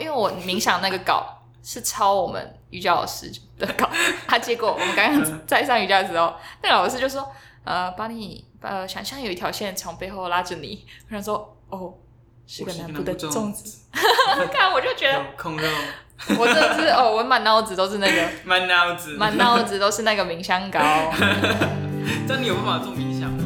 因为我冥想那个稿是抄我们瑜伽老师的稿，啊，结果我们刚刚在上瑜伽的时候，那个老师就说，呃，把你呃想象有一条线从背后拉着你，我想说，哦，是个南部的粽子，子，看我就觉得 有空肉，我真的是哦，我满脑子都是那 个，满脑子，满脑子都是那个冥想稿。但你有办法做冥想吗？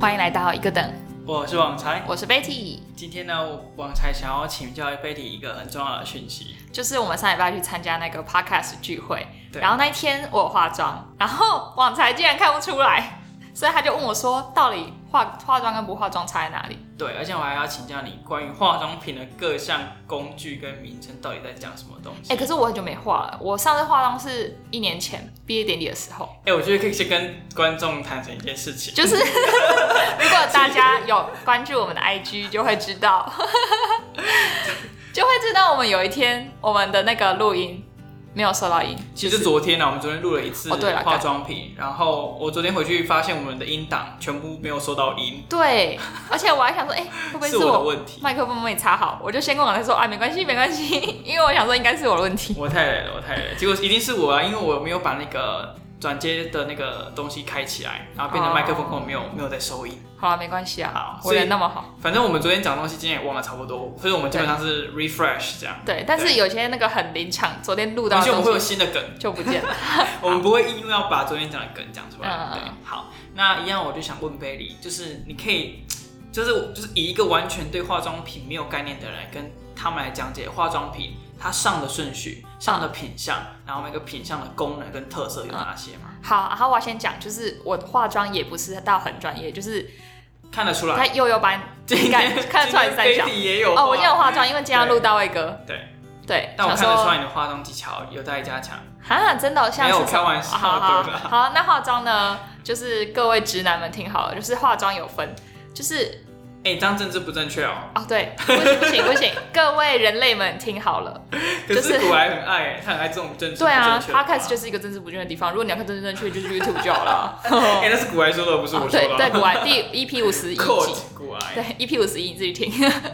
欢迎来到一个等，我是网才，我是 Betty，今天呢，我网才想要请教贝蒂一个很重要的讯息。就是我们上礼拜去参加那个 podcast 聚会，对然后那一天我有化妆，然后网才竟然看不出来， 所以他就问我说，到底化化妆跟不化妆差在哪里？对，而且我还要请教你关于化妆品的各项工具跟名称到底在讲什么东西。哎、可是我很久没化了，我上次化妆是一年前毕业典礼的时候，哎、我觉得可以先跟观众坦诚一件事情，就是如果大家有关注我们的 IG，就会知道，就会知道我们有一天我们的那个录音没有收到音，其实昨天呢、我们昨天录了一次哦对了化妆品，然后我昨天回去发现我们的音档全部没有收到音，对， 而且我还想说，哎、会不会是是我的我问题。麦克风没插好？我就先跟我来说啊，没关系，没关系， 因为我想说应该是我的问 题。我太累了，我太累了，结果一定是我啊，因为我没有把那个转接的那个东西开起来，然后哦变成麦克风根本没有、没有在收音。好了，没关系啊，好我所以人那么好。反正我们昨天讲的东西，今天也忘了差不多，所以我们基本上是 refresh 这样。对，但是有些那个很临场，昨天录到而的且我们会东有西新的 梗，就不见了。我们不会硬要把昨天讲的梗讲出来。嗯嗯嗯对，好，那一样我就想问贝利，就是你可以，就是就是以一个完全对化妆品没有概念的人来跟他们来讲解化妆品它上的顺序、上的品相，然后每个品相的功能跟特色有哪些吗？好，然后我要先讲，就是我化妆也不是到很专业，就是看得出来，在幼幼班 今应该天看得出来是今三天小贝。利也有哦，我今天有化化妆，因为今天要录大卫哥。对，对，但我想看得出说来你的化妆技巧有待加强。啊，真的像没是有什么开玩笑好好对吧好，那化妆呢，就是各位直男们听好了，就是化妆有分，就是哎、这样政治不正确 哦、哦，对，不行不行不行，各位人类们听好了，可就是是古来很爱、他很爱这种政治不对正啊确的话。 ，podcast 就是一个政治不正确的地方，如果你要看政治正确，就是 YouTube 就好 了。哎、那是古来说的，不是我哦说对的。对， 古玩第 EP 五十一 Quote 集，古埃，对 EP 五十一你自己听。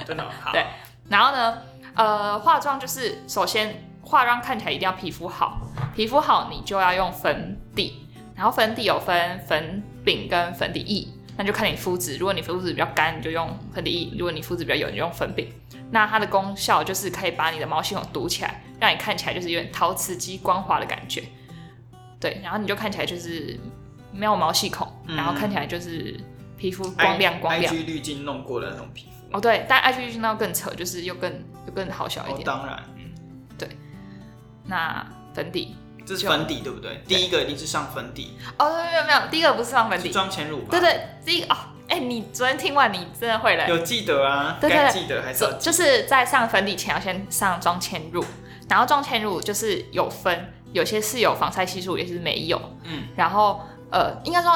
真的好。对然后呢，呃，化妆就是首先化妆看起来一定要皮肤好，皮肤好你就要用粉底，然后粉底有分粉饼跟粉底液，那就看你肤质，如果你肤质比较干，你就用粉底液；如果你肤质比较油，你就用粉饼。那它的功效就是可以把你的毛细孔堵起来，让你看起来就是有点陶瓷肌光滑的感觉。对，然后你就看起来就是没有毛细孔，嗯然后看起来就是皮肤 I- 光亮光亮。 IG 滤镜弄过的那种皮肤。哦，对，但 IG 镜到更扯，就是又更又更好笑一哦，点。当然，嗯，那粉底，这是粉底对不对？第一个一定是上粉底，哦，没有没有没有，第一个不是上粉是底，妆前乳吧？对对，第一个哦，哎、你昨天听完你真的会了，有记得啊，对对对该记得还是要就记就是在上粉底前要先上妆前乳，然后妆前乳就是有分，有些是有防晒系数，有些是没有，嗯，然后呃，应该说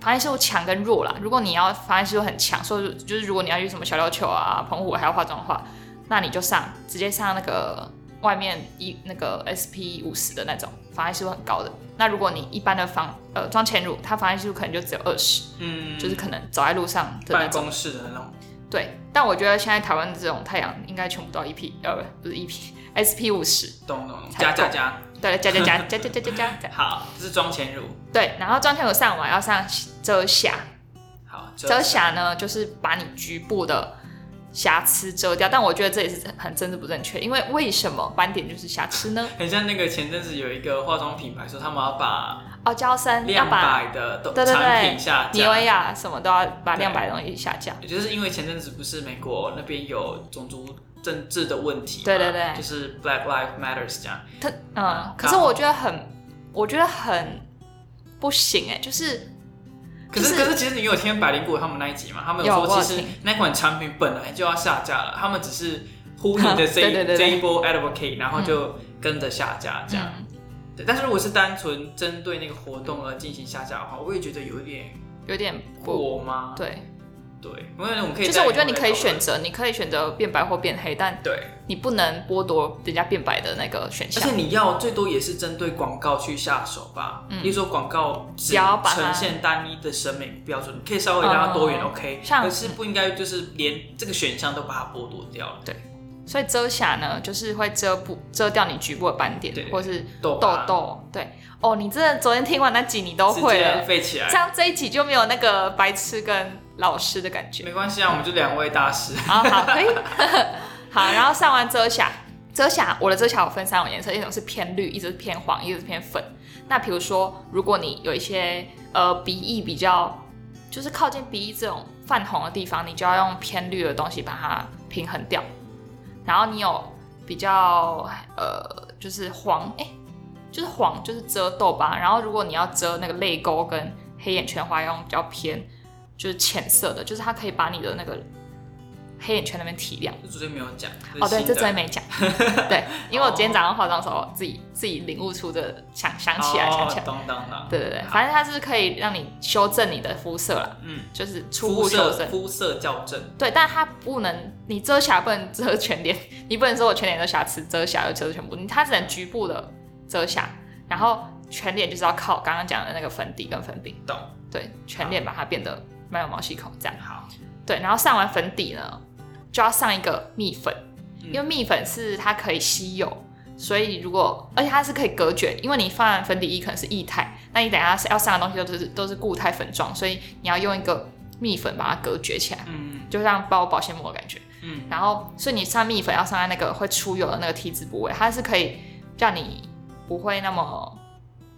防晒系数强跟弱啦。如果你要防晒系数很强，所以就是如果你要去什么小琉球啊、澎湖还要化妆的话，那你就上直接上那个外面一那个 SP 五十的那种防晒系数很高的。那如果你一般的防呃妆前乳，它防晒系数可能就只有二十、嗯，就是可能走在路上的那办种。公室的那种。对，但我觉得现在台湾的这种太阳应该全部都要 EP 呃不是 EP SP 五十，懂懂懂，才加够加加，对，加加加加加加加加加。好，这是妆前乳，对，然后妆前乳上完要上遮瑕，好，遮瑕呢，就是把你局部的瑕疵遮掉。但我觉得这也是很政治不正确，因为为什么斑点就是瑕疵呢？很像那个前阵子有一个化妆品牌说他们要把哦，娇生要亮把白的都对对对产品下妮维架，雅什么都要把亮白的东西下架。也就是因为前阵子不是美国那边有种族政治的问题嘛，对对对就是 Black Lives Matters 这样。他嗯嗯，可是我觉得很，我觉得很不行哎、就是可是，就可是是，其实你有听百灵果他们那一集嘛？他们有说，我有其实听那款产品本来就要下架了，他们只是呼应 的这对对一对对这一波 advocate，然后就跟着下架这样。嗯，对，但是如果是单纯针对那个活动而进行下架的话，我也觉得有点有点过过吗？对。对，因为我们可以就是在我觉得你以后可以再讨选论择，你可以选择变白或变黑，但对，你不能剥夺人家变白的那个选而项且。你要最多也是针对广告去下手吧，嗯例如说广告只不要把它呈现单一的审美标准，你可以稍微让它多元、哦 OK，像可是不应该就是连这个选项都把它剥夺掉了，所以遮瑕呢，就是会遮不遮掉你局部的斑点对，或是痘痘痘。对，哦，你真的昨天听完那集你都会了，废起这来，样这一集就没有那个白痴跟老师的感觉。没关系啊，我们就两位大师，好哦好，可以。 好，然后上完遮瑕，遮瑕我的遮瑕有分三种颜色，一种是偏绿，一种是偏黄，一种是偏粉。那比如说，如果你有一些呃鼻翼比较，就是靠近鼻翼这种泛红的地方，你就要用偏绿的东西把它平衡掉。然后你有比较呃，就是黄，哎、就是黄就是遮痘吧。然后如果你要遮那个泪沟跟黑眼圈的话，要用比较偏就是浅色的，就是它可以把你的那个黑眼圈那边提亮。这昨天没有讲，哦，对，新这的哦真没 讲。对，因为我今天早上化妆的时候，自己自己领悟出的，想想起来，想起哦，来。当当当，对对对，反正它是可以让你修正你的肤色啦，嗯，就是初肤步修色正。肤色校正，对，但它不能，你遮瑕不能遮全脸，你不能说我全脸都瑕疵，遮瑕就遮全部，你它只能局部的遮瑕，然后全脸就是要靠刚刚讲的那个粉底跟粉饼，懂？对，全脸把它变得蛮有毛细孔这样。好，对，然后上完粉底呢，就要上一个蜜粉，嗯因为蜜粉是它可以吸油，所以如果而且它是可以隔绝，因为你放完粉底液可能是液态，那你等一下要上的东西都是都是固态粉状，所以你要用一个蜜粉把它隔绝起来，嗯就像包保鲜膜的感觉。嗯，然后，所以你上蜜粉要上在那个会出油的那个 T 字部位，它是可以让你不会那么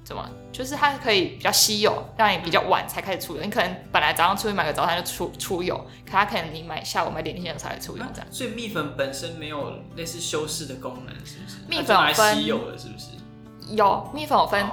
怎么，就是它可以比较稀有，让你比较晚才开始出油。你可能本来早上出去买个早餐就出出油，可它可能你买下午买点心的时候才会出油这样。啊所以蜜粉本身没有类似修饰的功能，是不是？蜜粉它就拿来分吸油了，是不是？有蜜粉有分哦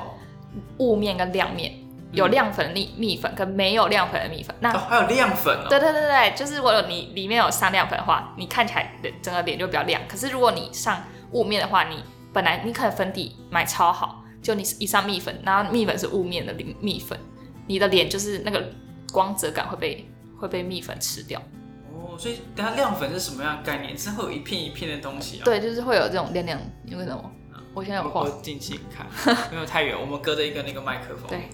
雾面跟亮面，有亮粉的蜜蜜粉跟没有亮粉的蜜粉。那哦，还有亮粉哦，啊对对对对，就是如果你里面有上亮粉的话，你看起来的整个脸就比较亮。可是如果你上雾面的话，你本来你可能粉底买超好，就你一上蜜粉，然后蜜粉是雾面的蜜蜜粉，你的脸就是那个光泽感会被会被蜜粉吃掉。哦，所以等下亮粉是什么样的概念？是会有一片一片的东西啊？，对，就是会有这种亮亮，因为什么？我现在有我画我，近期看，没有太远，我们隔着一个那个麦克风。对，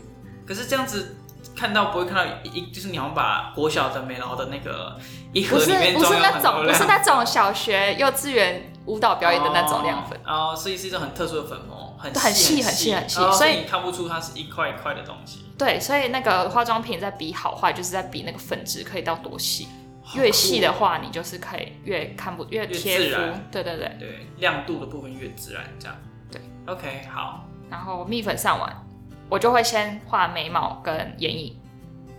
可是这样子看到不会看到一，一就是你好像把国小的美劳的那个一盒不里是面不是装了那很多种不亮是那种小学幼稚园舞蹈表演的那种亮粉。哦，哦所以是一种很特殊的粉末，很很细细很细很细哦所以你看不出它是一块一块的东西。对，所以那个化妆品在比好坏，就是在比那个粉质可以到多细。好越细的酷话，你就是可以越看不越贴自肤然，对对对哦，。对，亮度的部分越自然，这样。对，OK，好，然后蜜粉上完，我就会先画眉毛跟眼影，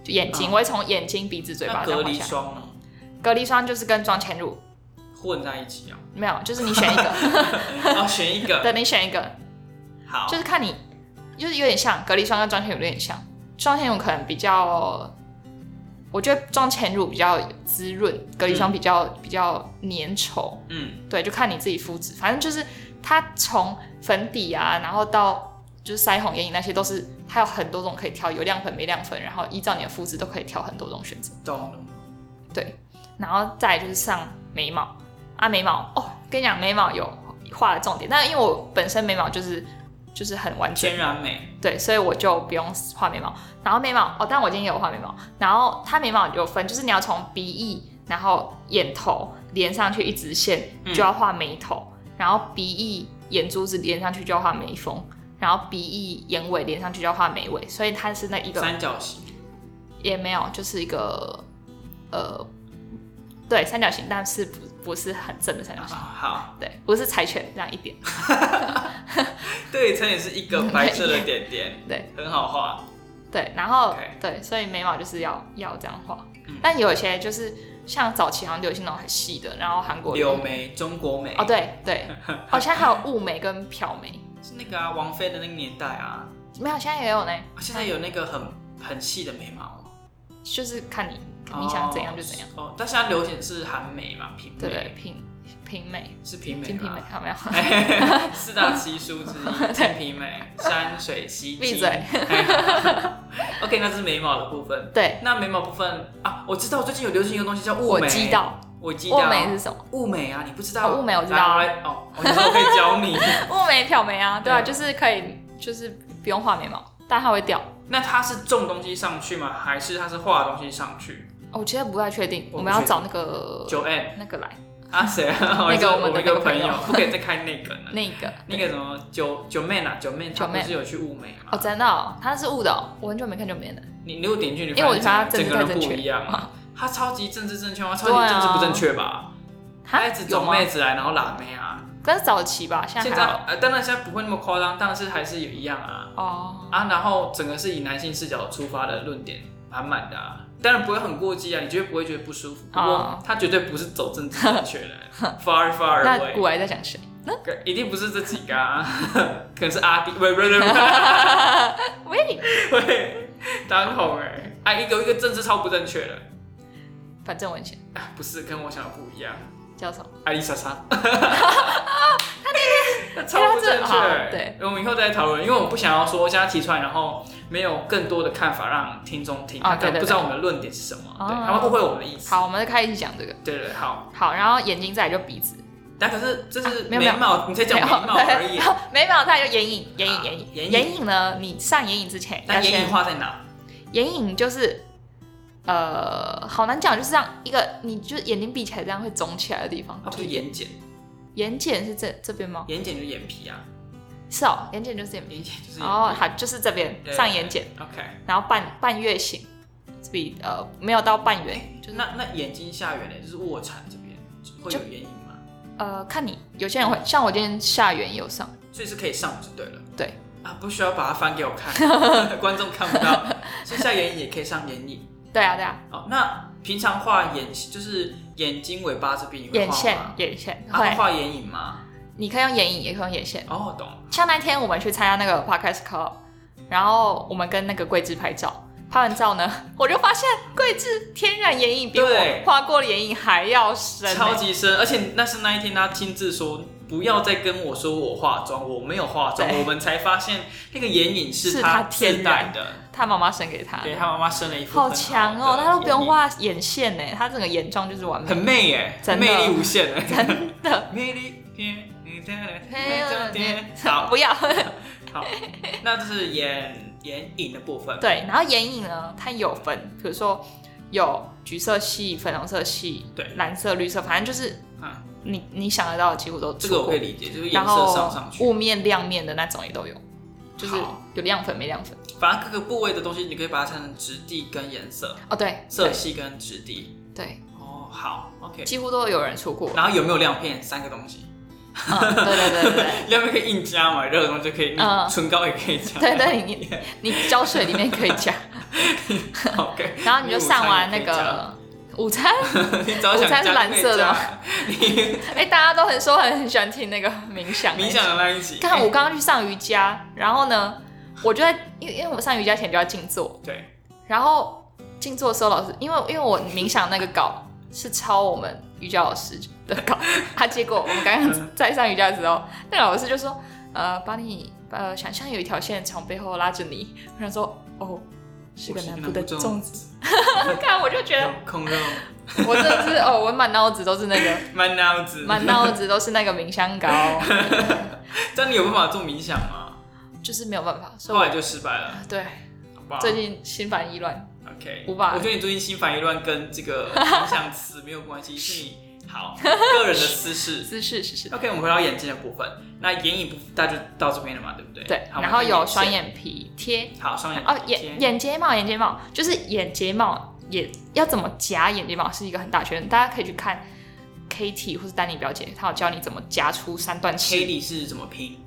就眼睛，嗯我会从眼睛、鼻子、嘴那巴隔再画离下来。霜呢？隔离霜就是跟妆前乳混在一起 啊、没有，就是你选 一个，哦，选一个，对，你选一个，好，就是看你，就是有点像隔离霜跟妆前乳有点像，妆前乳可能比较，我觉得妆前乳比较滋润，隔离霜比较、比较粘稠，嗯，对，就看你自己肤质，反正就是它从粉底啊，然后到就是腮红、眼影那些，都是它有很多种可以挑，有亮粉、没亮粉，然后依照你的肤质都可以挑很多种选择。懂了。然后再来就是上眉毛啊，眉毛哦，跟你讲，眉毛有画的重点，但因为我本身眉毛就是就是很完全天然美，对，所以我就不用画眉毛。然后眉毛哦，但我今天也有画眉毛。然后它眉毛有分，就是你要从鼻翼，然后眼头连上去一直线，嗯就要画眉头；然后鼻翼、眼珠子连上去就要画眉峰；然后鼻翼、眼尾连上去就要画眉尾。所以它是那一个三角形，啊也没有，就是一个呃，对，三角形，但是不不是很正的三角啊形，好，对，不是柴犬这样一点，对称也是一 个白色的点点，对，很好画，对，然后 OK 对，所以眉毛就是要要这样画。嗯但有一些就是像早期好像流行那种很细的，然后韩国柳眉、中国眉，哦，对 对，哦，现在还有雾眉跟漂眉，是那个啊，王菲的那个年代啊，没有，现在也有呢，啊现在有那个很很细的眉毛，就是看你你想怎样就怎样，哦。哦，但现在流行是韩眉嘛，平对对眉，平平眉、是平眉金瓶吗眉，好没有？ 四大奇书之一，金瓶梅、山水西闭嘴。 OK，那这是眉毛的部分。对，那眉毛部分啊，我知道最近有流行一个东西叫雾我眉，知，道，我知道，雾眉是什么？雾眉啊，你不知道哦雾眉我知道来来哦，我知道我可以教你。 雾眉挑眉啊，对啊，对就是可以，就是不用画眉毛，但它会掉。那它是种东西上去吗？还是它是画东西上去？哦我其实不太确定，我不我们要确定找那个九 M 那个来啊，谁啊？那个我我们的一个那个朋朋友友，不可以再开那个呢。那个那个什么九九妹啊，九妹，她九不妹是有去雾眉哦，吗？真的哦，它是雾的哦，我很久没看九眉了。你你有点进去，因为我觉得她整政治个太人正不确一样啊。她超级政治正确吗？超对啊级政治不正确吧？它她一直有走吗？妹子来，然后拉妹啊。但是早期吧，现在现还好在呃，当然现在不会那么夸张，但是还是有一样啊哦。啊。然后整个是以男性视角出发的论点，满满的啊。当然不会很过激啊，你绝对不会觉得不舒服。不过哦她绝对不是走政治正确 的，far far 那 away。古来在想谁？一定不是这几个啊，可能是阿弟，不不不不， 喂，对，当红哎、啊，一个一个政治超不正确的，反正我很闲，啊，不是跟我想的不一样，叫什么？ 艾丽莎莎，他超不哎他正这确、好对，我们以后再讨论，因为我不想要说现在提出来，然后没有更多的看法让听众听，啊他可对能对不知道我们的论点是什么，哦对，他们误会我们的意思，好，我们就开始讲这个。对对好，好，然后眼睛再来就鼻子，但可是这是啊没眉有没有毛，你在讲眉毛 而已，眉毛再来就眼影，眼影，啊眼影，眼影眼影呢？你上眼影之前那要眼影先，画在哪？眼影就是。呃，好难讲，就是这样一个，你就眼睛闭起来，这样会肿起来的地方。它不是哦眼睑，眼睑是这这边吗？眼睑就是眼皮啊，是哦，眼睑就是眼皮。眼睑就是眼皮。哦，好，就是这边对上眼睑， OK，然后半半月形，比呃没有到半圆，就是那那眼睛下缘呢，就是卧蚕这边会就有眼影吗？呃看你，有些人会像我今天下缘也有上，所以是可以上就对了。对啊，不需要把它翻给我 看，观众看不到。所以下眼影也可以上眼影。对啊对啊，好，那平常画眼就是眼睛尾巴这边你会眼画线吗？眼线啊，会会，画眼影吗？你可以用眼影，也可以用眼线。哦，我懂。像那天我们去参加那个 podcast club，然后我们跟那个桂枝拍照，拍完照呢， 我就发现桂枝天然眼影比我对画过的眼影还要深欸、超级深，而且那是那一天他亲自说。不要再跟我说我化妆，我没有化妆，对我们才发现那个眼影是是他他自天带然的，他妈妈生给他的，对他妈妈生了一副好很强好哦，的他都不眼用影画眼线呢，他整个眼妆就是完美很。媚耶，真的魅力无限哎，真 的，魅力天，你的终点。好不要好，那这是眼眼影的部分。对，然后眼影呢，它有分，比如说有橘色系、粉红色系、对，蓝色、绿色，反正就是啊，你你想得到的几乎都这出个我过可以理解，就是颜然色后上上去，雾面、亮面的那种也都有，就是好有亮粉没亮粉。反正各个部位的东西，你可以把它拆成质地跟颜色，哦，对，色系跟质地。对，哦，好，OK。几乎都有人出过。 然后有没有亮片？三个东西， 嗯，对对对对对。亮片可以硬加嘛，热的东西就可以硬，嗯唇膏也可以加。对对，你你你胶水里面可以 加， ，OK。然后你就上完那午餐也可以个午餐。你只要想午餐是加蓝色啊的吗就可以加？哎，大家都很说很很喜欢听那个冥想你那一集。冥想的那一集，看我刚刚去上瑜伽，然后呢，我就在因为因为我上瑜伽前就要静坐，对，然后静坐的时候老师，因为因为我冥想那个稿是抄我们瑜伽老师的稿， 他、结果我们刚刚在上瑜伽的时候，那个老师就说，呃，把你呃想象有一条线从背后拉着你，我想说哦。是个南部的粽子， 看我就觉得空肉我真的是哦，我满脑子都是那 个，满脑子。满脑子都是那个冥想稿，但你有办法做冥想吗？就是没有办法，所以后我来就失败了，对好不好？最近心烦意乱， OK，无法我觉得你最近心烦意乱跟这个 冥想词没有关系，是你好个人的 私事。姿势是是， OK，我们回到眼睛的部分，那眼影部分大家就到这边了嘛，对不对？对。好然后有，我双们看眼皮贴，眼线好，双眼哦，皮贴眼眼睫毛，眼睫毛就是眼睫毛也要怎么夹眼睫毛是一个很大学问，大家可以去看 Katie 或是丹尼表姐，她有教你怎么夹出三段式 Katie 是怎么拼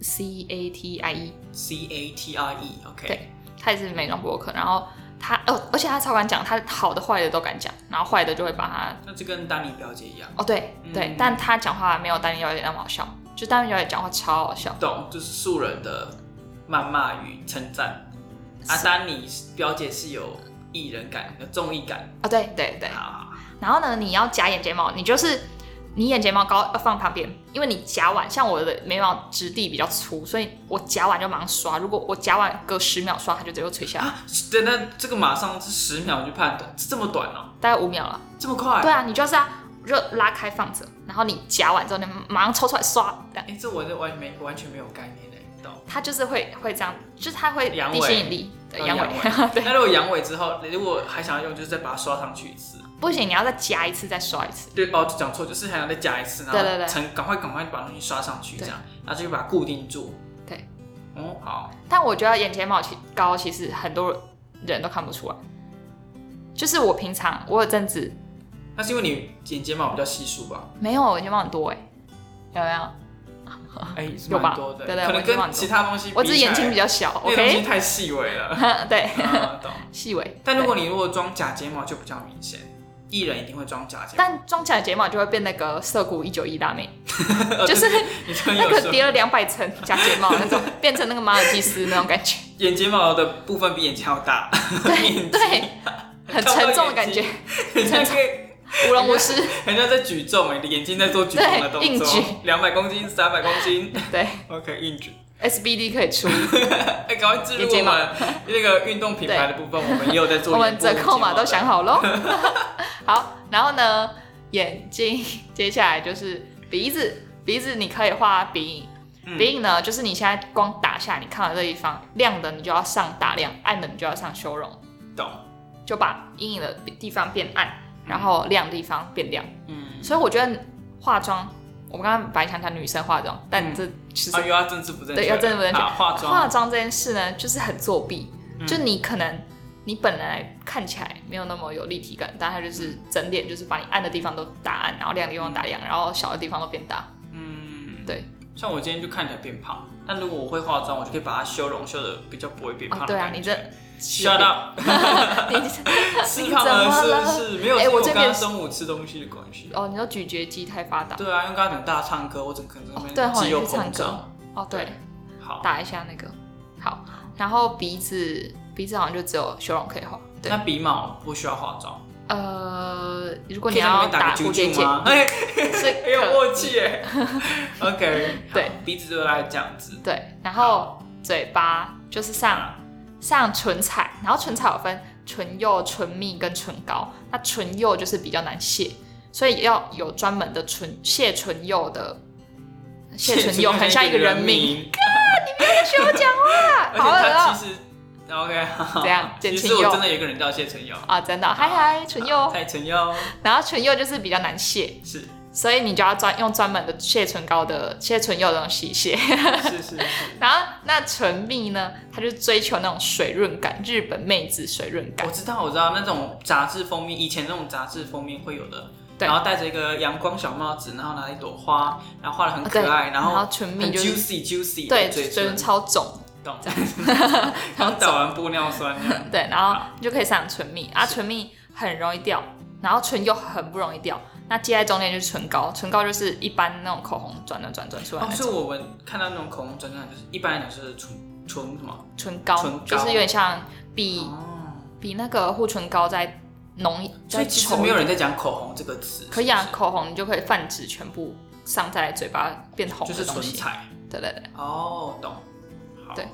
C A T I E， ？C A T R E。OK，对她也是美妆博客，然后她哦，而且她超敢讲，她好的坏的都敢讲，然后坏的就会把她那就跟丹尼表姐一样，哦对对，嗯但她讲话没有丹尼表姐那么好笑，就丹尼表姐讲话超好笑，懂就是素人的谩骂与称赞。啊，是丹尼表姐是有艺人感、有综艺感。啊对对对，好好，好然后呢，你要夹眼睫毛，你就是你眼睫毛膏要放旁边，因为你夹完，像我的眉毛质地比较粗，所以我夹完就马上刷。如果我夹完隔十秒刷，它就直接垂下来， 啊，等等，这个马上是十秒就判断，这么短哦、大概五秒了。这么快？对啊，你就是啊，就拉开放着，然后你夹完之后，你马上抽出来刷，这样哎、这我这完没完全没有概念哎、欸，懂？它就是会会这样，就是它会阳地痿心引力，对，哦呃阳阳痿， 对，那如果阳痿之后，如果还想要用，就是再把它刷上去一次。不行，你要再夹一次，再刷一次，对，哦，就讲错，就是还想再加一次，然对对后对成赶快赶快把东西刷上去，这对样，然后就把它固定住。对。哦，好，但我觉得眼睫毛其膏其实很多人都看不出来，就是我平常我有阵子那是因为你眼睫毛比较稀疏吧？没有，我眼睫毛很多哎、有没有？哎、是哦有吧蛮多的，对对可我能眼睫毛很跟多其他东西比起来，我只是眼睛比较小那个东西，OK？太细微了。 对，嗯懂。细微。但如对果你如果装假睫毛就比较明显，艺人一定会装假睫毛，但装起来睫毛就会变那个涩谷一九一大妹， 就是 你呃就很那有个时候叠了两百层假睫毛那种，变成那个马尔济斯那种感 觉，眼睫毛的部分比眼睛还要大， 对对，很沉重的感觉，很像很可以舞龙舞狮，很像在举重哎、你的眼睛在做举重对的动硬作举，两百公斤、三百公斤对，OK 硬举。 ，SBD 可以出，哎，赶快置入眼睫我毛们那个运动品牌的部分，我们也有在做。我们折扣码都想。好 喽。好，然后呢，眼睛， 接下来就是鼻子，鼻子你可以画鼻影。嗯鼻影呢，就是你现在光打下，你看到这地方亮的，你就要上打亮；暗的，你就要上修容，懂。就把阴影的地方变暗，然后亮的地方变亮。嗯，所以我觉得化妆，我刚刚本来想讲女生化妆，但这其实啊，又要政治不正确了，对要政治不正确啊化化妆，妆这件事呢，就是很作弊。嗯就你可能你本来看起来没有那么有立体感，但它就是嗯整脸就是把你暗的地方都打暗，然后亮的地方打亮，然后小的地方都变大。嗯，对。像我今天就看起来变胖，但如果我会化妆，我就可以把它修容修的比较不会变哦，胖的对啊，感你觉。这 Shut up！你吃胖了怎么是不是？没有，哎是我我这刚边刚中午吃东西的关系。哦，你说咀嚼肌太 发达。对啊，因为刚刚很大唱歌，我整个人哦，对这边吼，肌你肉是唱膨歌胀。。哦，对，好，打一下那个好，然后鼻子鼻子好像就只有修容可以画。对那，鼻毛不需要化妆，呃，如果可你以在那要边打打个蝴啾蝶啾结，吗？ 哎，是很有可默 契哎。OK，好对，鼻子就来这样子。对，然后嘴巴就是上上唇彩，然后唇彩有分唇釉、唇蜜跟唇膏。那唇釉就是比较难卸，所以要有专门的唇卸唇釉的。卸唇釉很像一个人 名，名，学我讲话，而好且恶他哦、其实 OK，好怎样其简实称我佑哦真的有一个人叫谢晨佑，啊，真的，嗨嗨，唇 釉，蔡晨佑然后唇釉就是比较难卸，是所以你就要专用专门的卸唇膏的卸唇釉的东西卸。 是是是，然后那唇蜜呢，它就追求那种水润感，日本妹子水润感我。知道我知道那种杂志封面，以前那种杂志封面会有的，对然后戴着一个阳光小帽子，然后拿一朵花，然后画的很可爱，啊然然后后唇蜜很就是 juicy juicy，的对，嘴嘴唇超肿，懂这， 刚打完玻尿酸这样，对，然后你就可以上唇蜜，啊，唇蜜很容易掉，然后唇釉很不容易掉。那接在中间就是唇膏，唇膏就是一般那种口红转转转转出来哦，那所以种、我们看到那种口红转转，就是一般来讲就是唇唇什么，唇膏，唇膏就是有点像比、哦，比那个护唇膏再浓一，所再以其实稠一没有点。人在讲口红这个词，可以啊，是口红你就可以泛指全部上在嘴巴变不红是就的是唇东西。彩。对对对。哦，懂。好对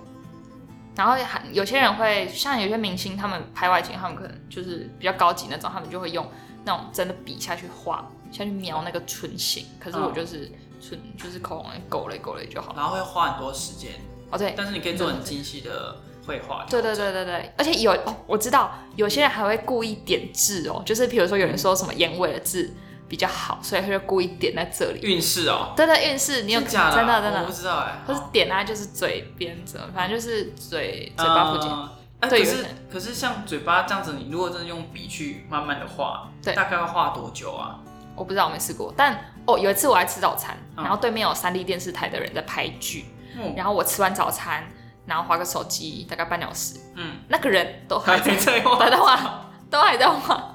然后还有些人会像有些明星，他们拍外景，他们可能就是比较高级那种，他们就会用那种真的笔下去画，下去描那个唇形。可是我就是唇，就是口红勾勒勾勒就好。然后会花很多时间，哦，对，但是你可以做很精细的绘画。对对对对对，而且有哦，我知道有些人还会故意点痣哦，就是比如说有人说什么眼尾的痣比较好，所以他就故意点在这里。运势哦，真的运势，你有真假的啊？真的真的我不，知道哎。或是好点啊，就是嘴边怎么，反正就是嘴嘴巴附近。嗯哎，对可有是些人可是像嘴巴这样子，你如果真的用笔去慢慢的画，对大概要画多久啊？我不知道，我没试过。但哦，有一次我来吃早餐，嗯然后对面有三立电视台的人在拍剧，嗯然后我吃完早餐，然后划个手机，大概半小时，嗯，那个人都还还在没在都还画，在 画，都还在画。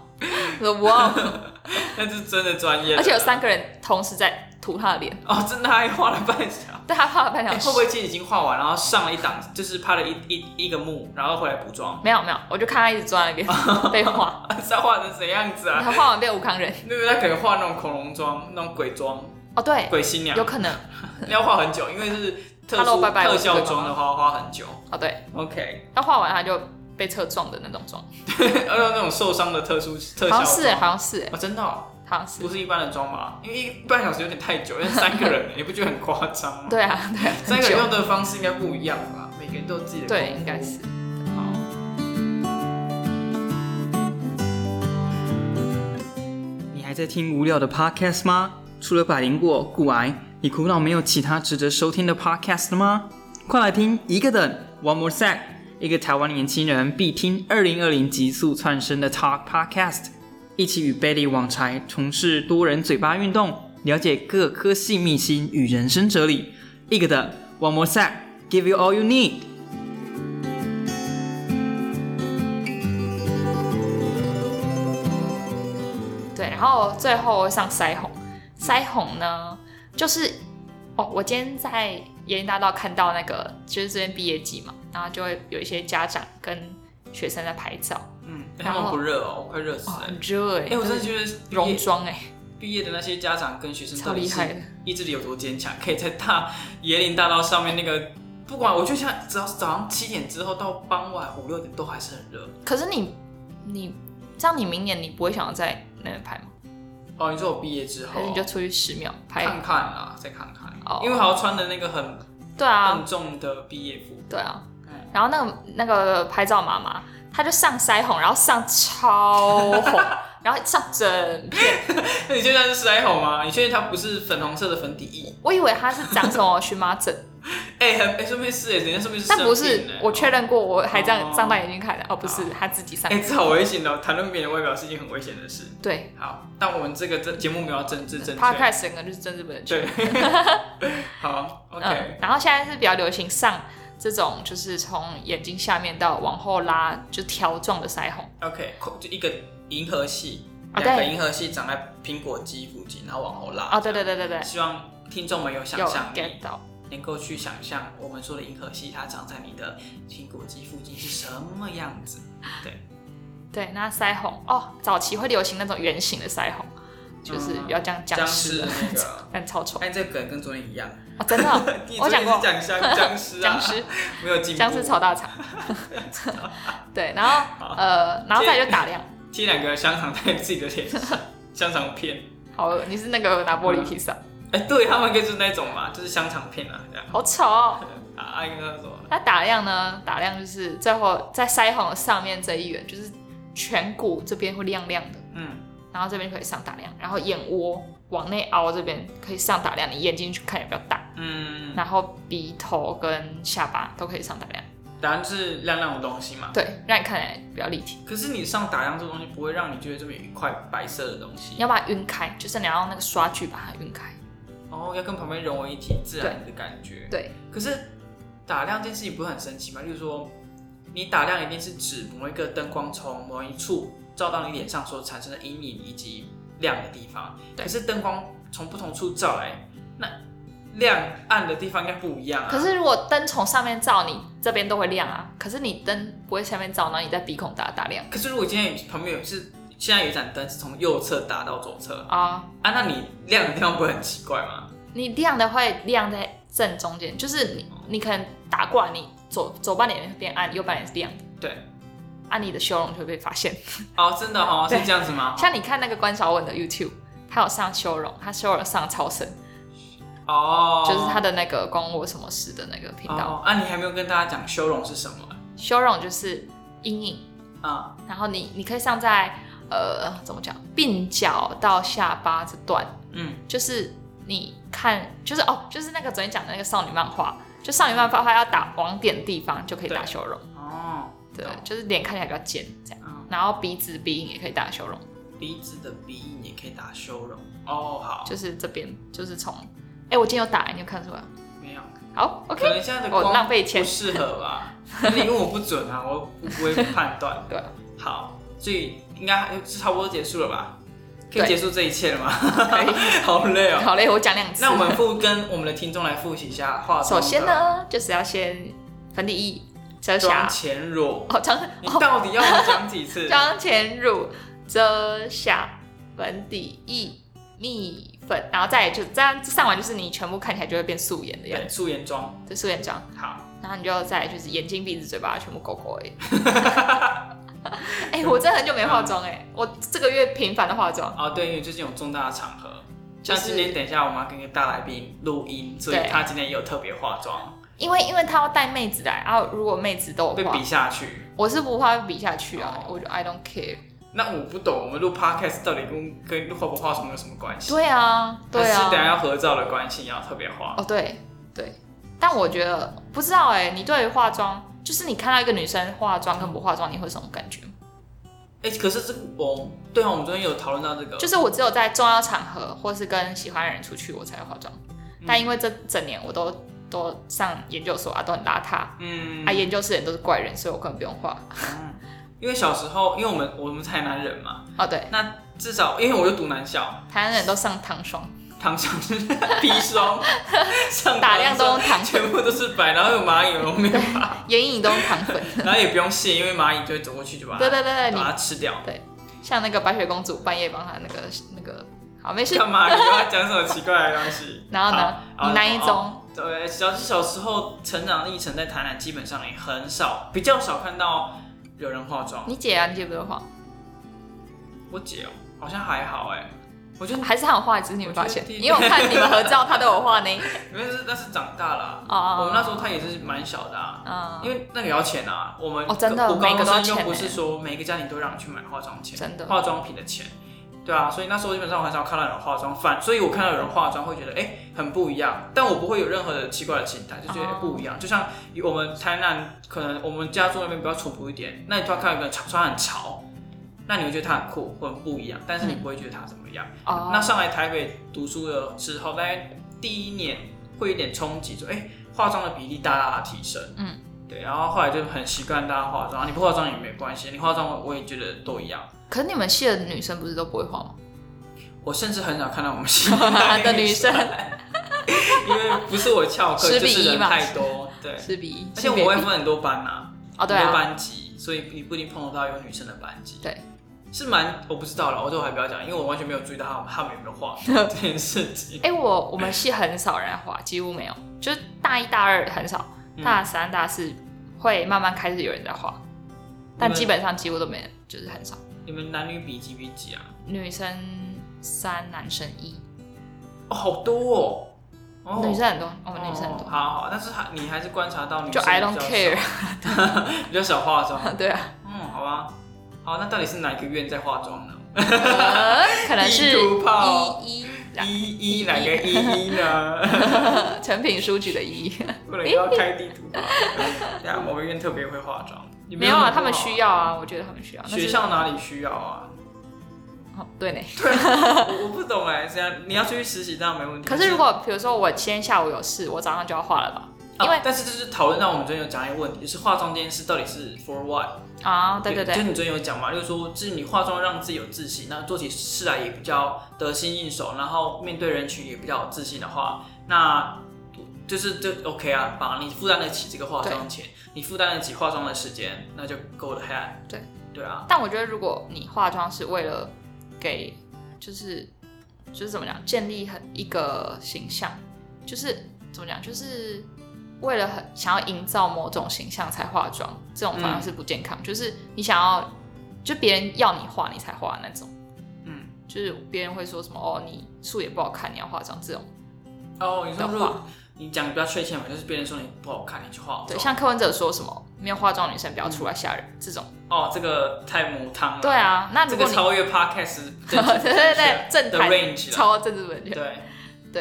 我说哇，那是真的专业了。而且有三个人同时在涂他的脸，哦，真的，他还花了半小时。但他画了半小哎时。会不会其实已经画完，然后上了一档，就是拍了一一一个幕，然后回来补妆？ 没有没有，我就看他一直坐在那边被画，他画成怎样子然啊？后画完被吴康仁。那个他可能画那种恐龙妆、那种鬼妆、哦，对，鬼新娘有，可能。要画很久，因为是特 Hello，殊拜拜特我是鬼效妈妈妆的话花很久。哦，对， OK， 他画完他就被车撞的那种撞，要用那种受伤的特殊特效好妆。像是欸好像是欸哦，真的哦、好像是。不是一般的妆吧？因为一半小时有点太久，因为三 个人，你不觉得很夸张吗？对啊，对啊，三很个人用久。的方式应该不一样吧？每个人都有自己的对，功夫应该是。好。你还在听无聊的 podcast 吗？除了百灵果、骨癌，你苦恼没有其他值得收听的 podcast 了吗？快来听一个等 One More Sec，一个台湾年轻人必听2020极速窜升的 Talk Podcast，一起与 Betty 网柴从事多人嘴巴运动，了解各科系秘辛与人生哲理。一个等 One More Sec，Give you all you need。对，然后最后上腮红，腮红呢，就是哦，我今天在延大道看到那个，就是这边毕业季嘛，然后就会有一些家长跟学生在拍照，嗯，然他后们不热哦，我快热死哦，了。很热哎、哎、我真的觉得毕戎业装哎、毕业的那些家长跟学生超到底厉是害的。意志力有多坚强，可以在大椰林大道上面那个，不管我就像只要早上七点之后到傍晚五六点都还是很热。可是你你这样，你明年你不会想要在那边拍吗？哦，你说我毕业之还后哎是你就出去十秒拍？哦看看啦，再看看，哦因为还嗯要穿的那个很对啊笨，重的毕业服。对啊嗯。然后那个那个拍照妈妈，她就上腮红，然后上超 红，然后上整片。那你就算是腮红吗？你确定它不是粉红色的粉底液？我以为她是长什么荨麻 疹，哎、很哎，说不定是哎，人家说不定是生但病不呢是，我确认过，我还这样哦张大眼睛看的，哦，不好是，她自己上哎、。这好危险哦！谈论别人外表是一件很危险的事。对好，但我们这个这节目没有要政治正嗯确。，podcast 整个就是政治不正确。对，好嗯，OK，、，然后现在是比较流行上这种，就是从眼睛下面到往后拉，就条状的腮红。 OK，就一个银河系，啊两个对银河系长在苹果肌附近，然后往后拉。哦，对对对对对，希望听众们有啊想有象力， get 到。能够去想象我们说的银河系，它长在你的苹果肌附近是什么样子。对，那腮红哦，早期会流行那种圆形的腮红，就是嗯要这样僵僵尸尸的，那 个，但超丑哎，这个梗跟昨天一样，哦，真的哦、你我昨天讲过 是讲僵僵尸啊僵，尸没有进步。僵尸炒大 肠。 对，然后呃，然后再就打量。贴两个香肠在自己的脸 上，香肠片。好饿，你是那个拿玻璃披萨，哎、对他们就是那种嘛，就是香肠片啊，这样。好丑、哦。 啊，啊，应该叫什么？那打量呢？打量就是最后在腮红上面这一圆，就是颧骨这边会亮亮的，嗯，然后这边可以上打量，然后眼窝往内凹这边可以上打量，你眼睛去看也比较大。嗯，然后鼻头跟下巴都可以上打亮，答案是亮亮的东西嘛。对，让你看起来比较立体。可是你上打样这东西不会让你觉得这么有一块白色的东西你，要把它晕开，就是你要用那个刷具把它晕开。哦，要跟旁边融为一体，自然的感觉。对，可是打亮这件事情不是很神奇吗？就是说，你打亮一定是指某一个灯光从某一处照到你脸上所产生的阴影以及亮的地方。对可是灯光从不同处照来，那亮暗的地方应该不一样啊。可是如果灯从上面照，你这边都会亮啊。可是你灯不会下面照，然后你在鼻孔打打亮可是如果今天有旁边有是现在有一盏灯是从右侧打到左侧啊。啊，那你亮的地方不会很奇怪吗？你亮的会亮在正中间，就是你你可能打过来，你左左半脸变暗，右半脸是亮的，对，啊，你的修容就会被发现。哦，真的哦，是对这样子吗？像你看那个关晓雯的 YouTube，她有上修容，她修容上超深，哦，就是她的那个关我什么事的那个频道。哦，啊，你还没有跟大家讲修容是什么修容就是阴影，啊？然后你你可以上在呃怎么讲，鬓角到下巴这段，嗯，就是你看就是哦，就是那个昨天讲的那个少女漫画，就少女漫画它要打网点地方就可以打对修容，哦，对懂，就是脸看起来比较尖这样，嗯，然后鼻子鼻影也可以打修容，鼻子的鼻影也可以打修容。哦，好，就是这边就是从，哎、我今天有打，你有看出来？没有，好可 ，OK，能现在的我光浪费不钱，适合吧？你问我不准啊，我不不会判断。 对，好，所以应该还就差不多结束了吧？可以结束这一切了吗？ 可以好累哦。好嘞，我讲两次。哎 那我们复跟我们的听众来复习一下化首妆。先，呢，就是要先粉底液、遮瑕妆，前乳，哦，讲你哦，到底要我讲几次？ 妆前乳、遮瑕、粉底液、蜜粉，然后再来就这样上完，就是你全部看起来就会变素颜的样对，素颜妆。子，就素颜妆。好，然后你就再来就是眼睛、鼻子、嘴巴全部勾勾 而已。哎、我真的很久没化妆哎、我这个月频繁的化妆，哦，对，因为最近有重大的场合，就像是今天等一下我们要跟一个大来宾录音，所以对他今天也有特别化妆，因为因为他要带妹子来，然后如果妹子都被有化比，下去。我是不怕比下去啊，哦我就 I don't care。那我不懂，我们录 podcast 到底跟跟化不化妆有什么关系？对啊，对还是等一啊，下要合照的关系要特别化。哦对对，但我觉得不知道哎、你对于化妆，就是你看到一个女生化妆跟不化妆，你会有什么感觉吗？哎、可是这个我对啊，我们昨天有讨论到这个，就是我只有在重要场合或是跟喜欢的人出去，我才会化妆。但因为这整年我都都上研究所啊，都很邋遢，嗯啊，研究室人都是怪人，所以我根本不用画。因为小时候，因为我们我们台南人嘛，哦，对，至少因为我就读男校，台湾人都上糖霜，糖霜是 砒 霜，上打量都用东糖粉，全部都 是白，然后有蚂蚁有没有？眼影都用糖粉。然后也不用卸，因为蚂蚁就会走过去就把它对对对对，把你它吃掉。像那个白雪公主半夜帮她那个那个，好没事。干嘛？你又要讲什么奇怪的东西 ？然后呢，好？你那一好种对，小小时候成长历程在台南基本上也很少，比较少看到有人化妆。你姐啊，你姐不会画，我姐哦、好像还好哎、我觉得还是她有画，只是你没发我现，觉得因为我看你们合照，她都有画呢。因为是那是长大了啊、 我们哦那时候他也是蛮小的啊，哦，嗯，因为那个也要钱啊。我们哦真的我高每个中都要生又钱不欸是说每个家庭都让你去买化妆钱，真的化妆品的钱，对啊。所以那时候基本上我很少看到有人化妆，反所以我看到有人化妆会觉得哎、很不一样，但我不会有任何的奇怪的心态，就觉得、哦哎不一样。就像我们台南可能我们家住那边比较淳朴一点，那你突然看到一个人穿很潮，那你会觉得他很酷或很不一样，但是你不会觉得他怎么样。哦，那上来台北读书的之后，大概第一年会有点冲击，就哎、化妆的比例大大的提升，嗯，对，然后后来就很习惯大家化妆，你不化妆也没关系，你化妆我也觉得都一样。可是你们系的女生不是都不会画吗？我甚至很少看到我们系的 的女生，因为不是我翘课， 10就比是1人嘛太多，对，是比而且性我别们会比分很多班啊，哦，对很啊，多班级，所以你不一定碰得到有女生的班级，对。是蛮我不知道了，我这我还不要讲，因为我完全没有注意到他们他们有没有化妆这件事情。哎、我我们系很少人画，几乎没有，就是大一大二很少，嗯大三大四会慢慢开始有人在画，但基本上几乎都没人，就是很少。你们男女比几比几啊？女生三，男生一，哦，好多哦。哦女生很多，我哦们女生很多，好好，但是还你还是观察到女就生 I don't 比较少 care， 比较少化妆。对 啊，嗯，好吧。好，那到底是哪一个院在化妆呢？呃可能地是图炮一一一一哪个一一 呢？成品书局的一，不能要开地图吧？对啊，某个院特别会化妆。你没有啊，很多哦他们需要啊，我觉得他们需要。那是学校哪里需要 啊？哦，对呢。我我不懂哎，这样你要出去实习当然没问题。可是如果比如说我今天下午有事，我早上就要画了吧？哦因为但是就是讨论到我们昨天有讲一个问题，就是化妆这件事到底是 for what？啊，对对就对，你昨天有讲嘛，就是说，就是你化妆让自己有自信，那做起事来也比较得心应手，然后面对人群也比较有自信的话，那就是就 OK 啊，把你负担得起这个化妆钱，你负担得起化妆的时间，那就 go ahead。对对啊，但我觉得，如果你化妆是为了给，就是就是怎么讲，建立很一个形象，就是怎么讲，就是为了很想要营造某种形象才化妆，这种反而嗯是不健康。就是你想要，就别人要你化你才化那种，嗯，就是别人会说什么哦，你素颜不好看，你要化妆这种哦，你说的如果话，你讲得比较确切嘛，就是别人说你不好看，你去化妆，对，像柯文哲说什么没有化妆的女生不要嗯出来吓人、这种，哦，这个太母汤了，对，啊，那这如个果你、超越 podcast 对对对正的太 range 了，超政治本对，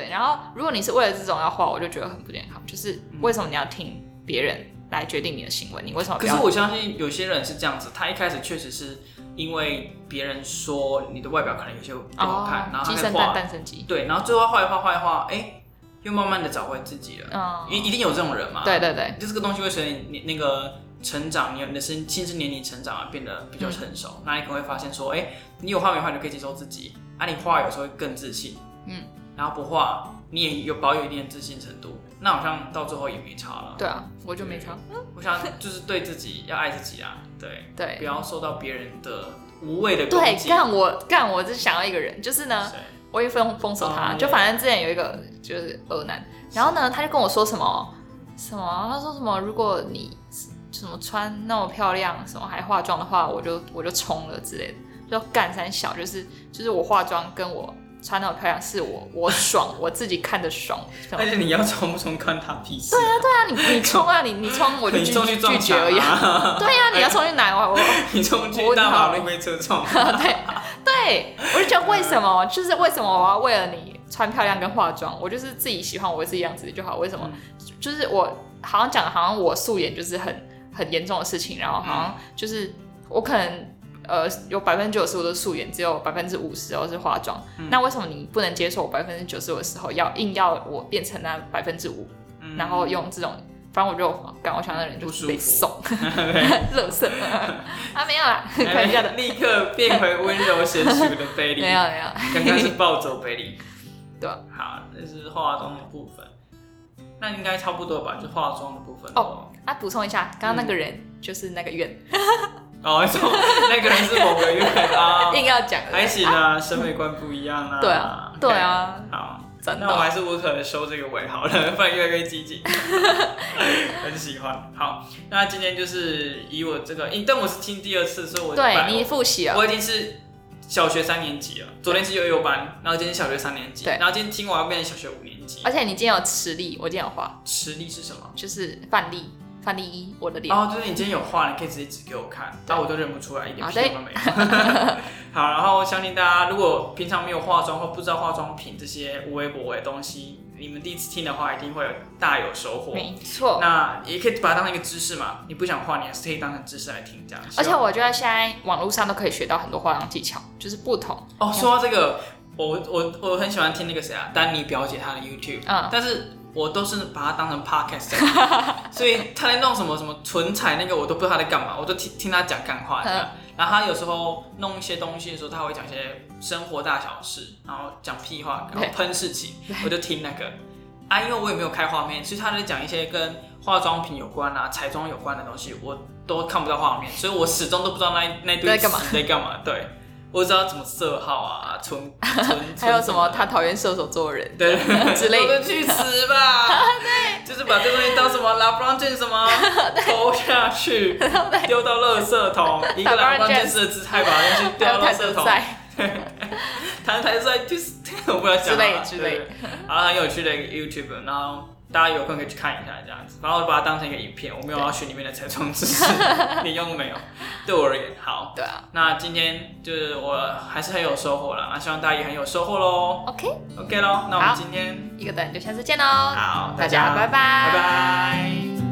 对，然后如果你是为了这种要画，我就觉得很不健康。就是嗯为什么你要听别人来决定你的行为？你为什么不可是要？我相信有些人是这样子，他一开始确实是因为别人说你的外表可能有些不好看，然后哦鸡他在生画蛋，，蛋生鸡。对，然后最后画一画画一画，哎、又慢慢的找回自己了，嗯，一、一定有这种人嘛，对，对对，就这个东西会随着你你那个成长，你有你的嗯身心智年龄成长啊，变得比较成熟，那你可能会发现说，哎、你有画没画你就可以接受自己，啊，你画有时候会更自信，嗯，然后不画你也有保有一定的自信程度，那好像到最后也没差了。对啊，我就没差。我想就是对自己要爱自己啊，对，不对要受到别人的无谓的攻对，击。干我干我只想要一个人，就是呢，谁我也封封锁他。哦就反正之前有一个就是恶男，然后呢，他就跟我说什么什么，他说什么，如果你什么穿那么漂亮，什么还化妆的话，我就我就冲了之类的。就干三小，就是就是我化妆跟我穿那么漂亮，是我我爽，我自己看着 爽。什么而且你要冲不冲关他屁事、啊，对啊，你你冲啊，你你冲我就 你拒冲去撞拒绝墙而已啊。啊， 对呀、你要冲去哪？我我 你冲去我大马路被车撞， 对对，我就觉得为什么，就是为什么我要为了你穿漂亮跟化妆，我就是自己喜欢我自己样子就好。为什嗯么？就是我好像讲的，好像我素颜就是很很严重的事情，然后好像就是我可能。呃，有百分之九十五的素颜，只有百分之五十都哦是化妆。嗯那为什么你不能接受我百分之九十五的时候，要硬要我变成那百分之五，嗯然后用这种，反正我就感我想那人就不舒是被服哎送， 乐 色啊，没有啦，开玩笑的，立刻变回温柔贤淑的贝利，没有没有。刚刚是暴走贝利，对啊好，这是化妆的部分，那应该差不多吧，就化妆的部分哦啊，补充一下，刚刚那个嗯人就是那个院，哦，你说那个人是 某个月啊，硬要讲的。还行啊，审美观不一样啊，哎对啊，对，啊，好。真那我还的。是无可收这个尾好了，不然越来越激 进。很喜欢。好，那今天就是以我这个，因但我是听第二次，所以我哦对你复习了，我已经是小学三年级了。昨天是幼幼班，然后今天是小学三年级，对啊然后今天听完要变成小学五年级而。且你今天有实力，我今天有画，实力是什么？就是范例，范例一，我的脸。哦，就是你今天有画，你可以直接指给我看，但我都认不出来，一点好屁用都没有。 好，然后相信大家如果平常没有化妆或不知道化妆品这些无微不微的东西，你们第一次听的话，一定会有大有收获。没错。那也可以把它当一个知识嘛，你不想画，你还是可以当成知识来听这样。而且我觉得现在网络上都可以学到很多化妆技巧，就是不同。哦，说到这个，我我我很喜欢听那个谁啊，丹尼表姐她的 YouTube，、嗯，但是我都是把它当成 podcast 在听，所以她在弄什么什么唇彩那个，我都不知道她在干嘛，我就听听她讲干话这样。呃然后她有时候弄一些东西的时候，她会讲一些生活大小事，然后讲屁话，然后对喷事情，我就听那个。啊，因为我也没有开画面，所以她在讲一些跟化妆品有关啊、彩妆有关的东西，我都看不到画面，所以我始终都不知道那一那一堆在干嘛词在干嘛。对，我知道怎么色号啊、 唇唇，还有什么唇他讨厌射手座的人，对之类的，去死 吧！对，就是把这东西当什么 LeBron James 什么投 下去，丢到垃圾桶，一个 LeBron LeBron James James 的姿态把它去丢还有到垃他圾德桶，赛，弹弹出来就是 我不知道讲之类啊之对类对对好了，很有趣的一个 YouTube，然后。大家有空可以去看一下，这样子，然后我把它当成一个影片，我没有要学里面的彩妆知 识，你用没有？对我而言，好，对啊那今天就是我还是很有收获啦，那希望大家也很有收获喽。 ，OK， OK 喽，那我好们今天一个等就下次见喽，好，大家拜拜拜拜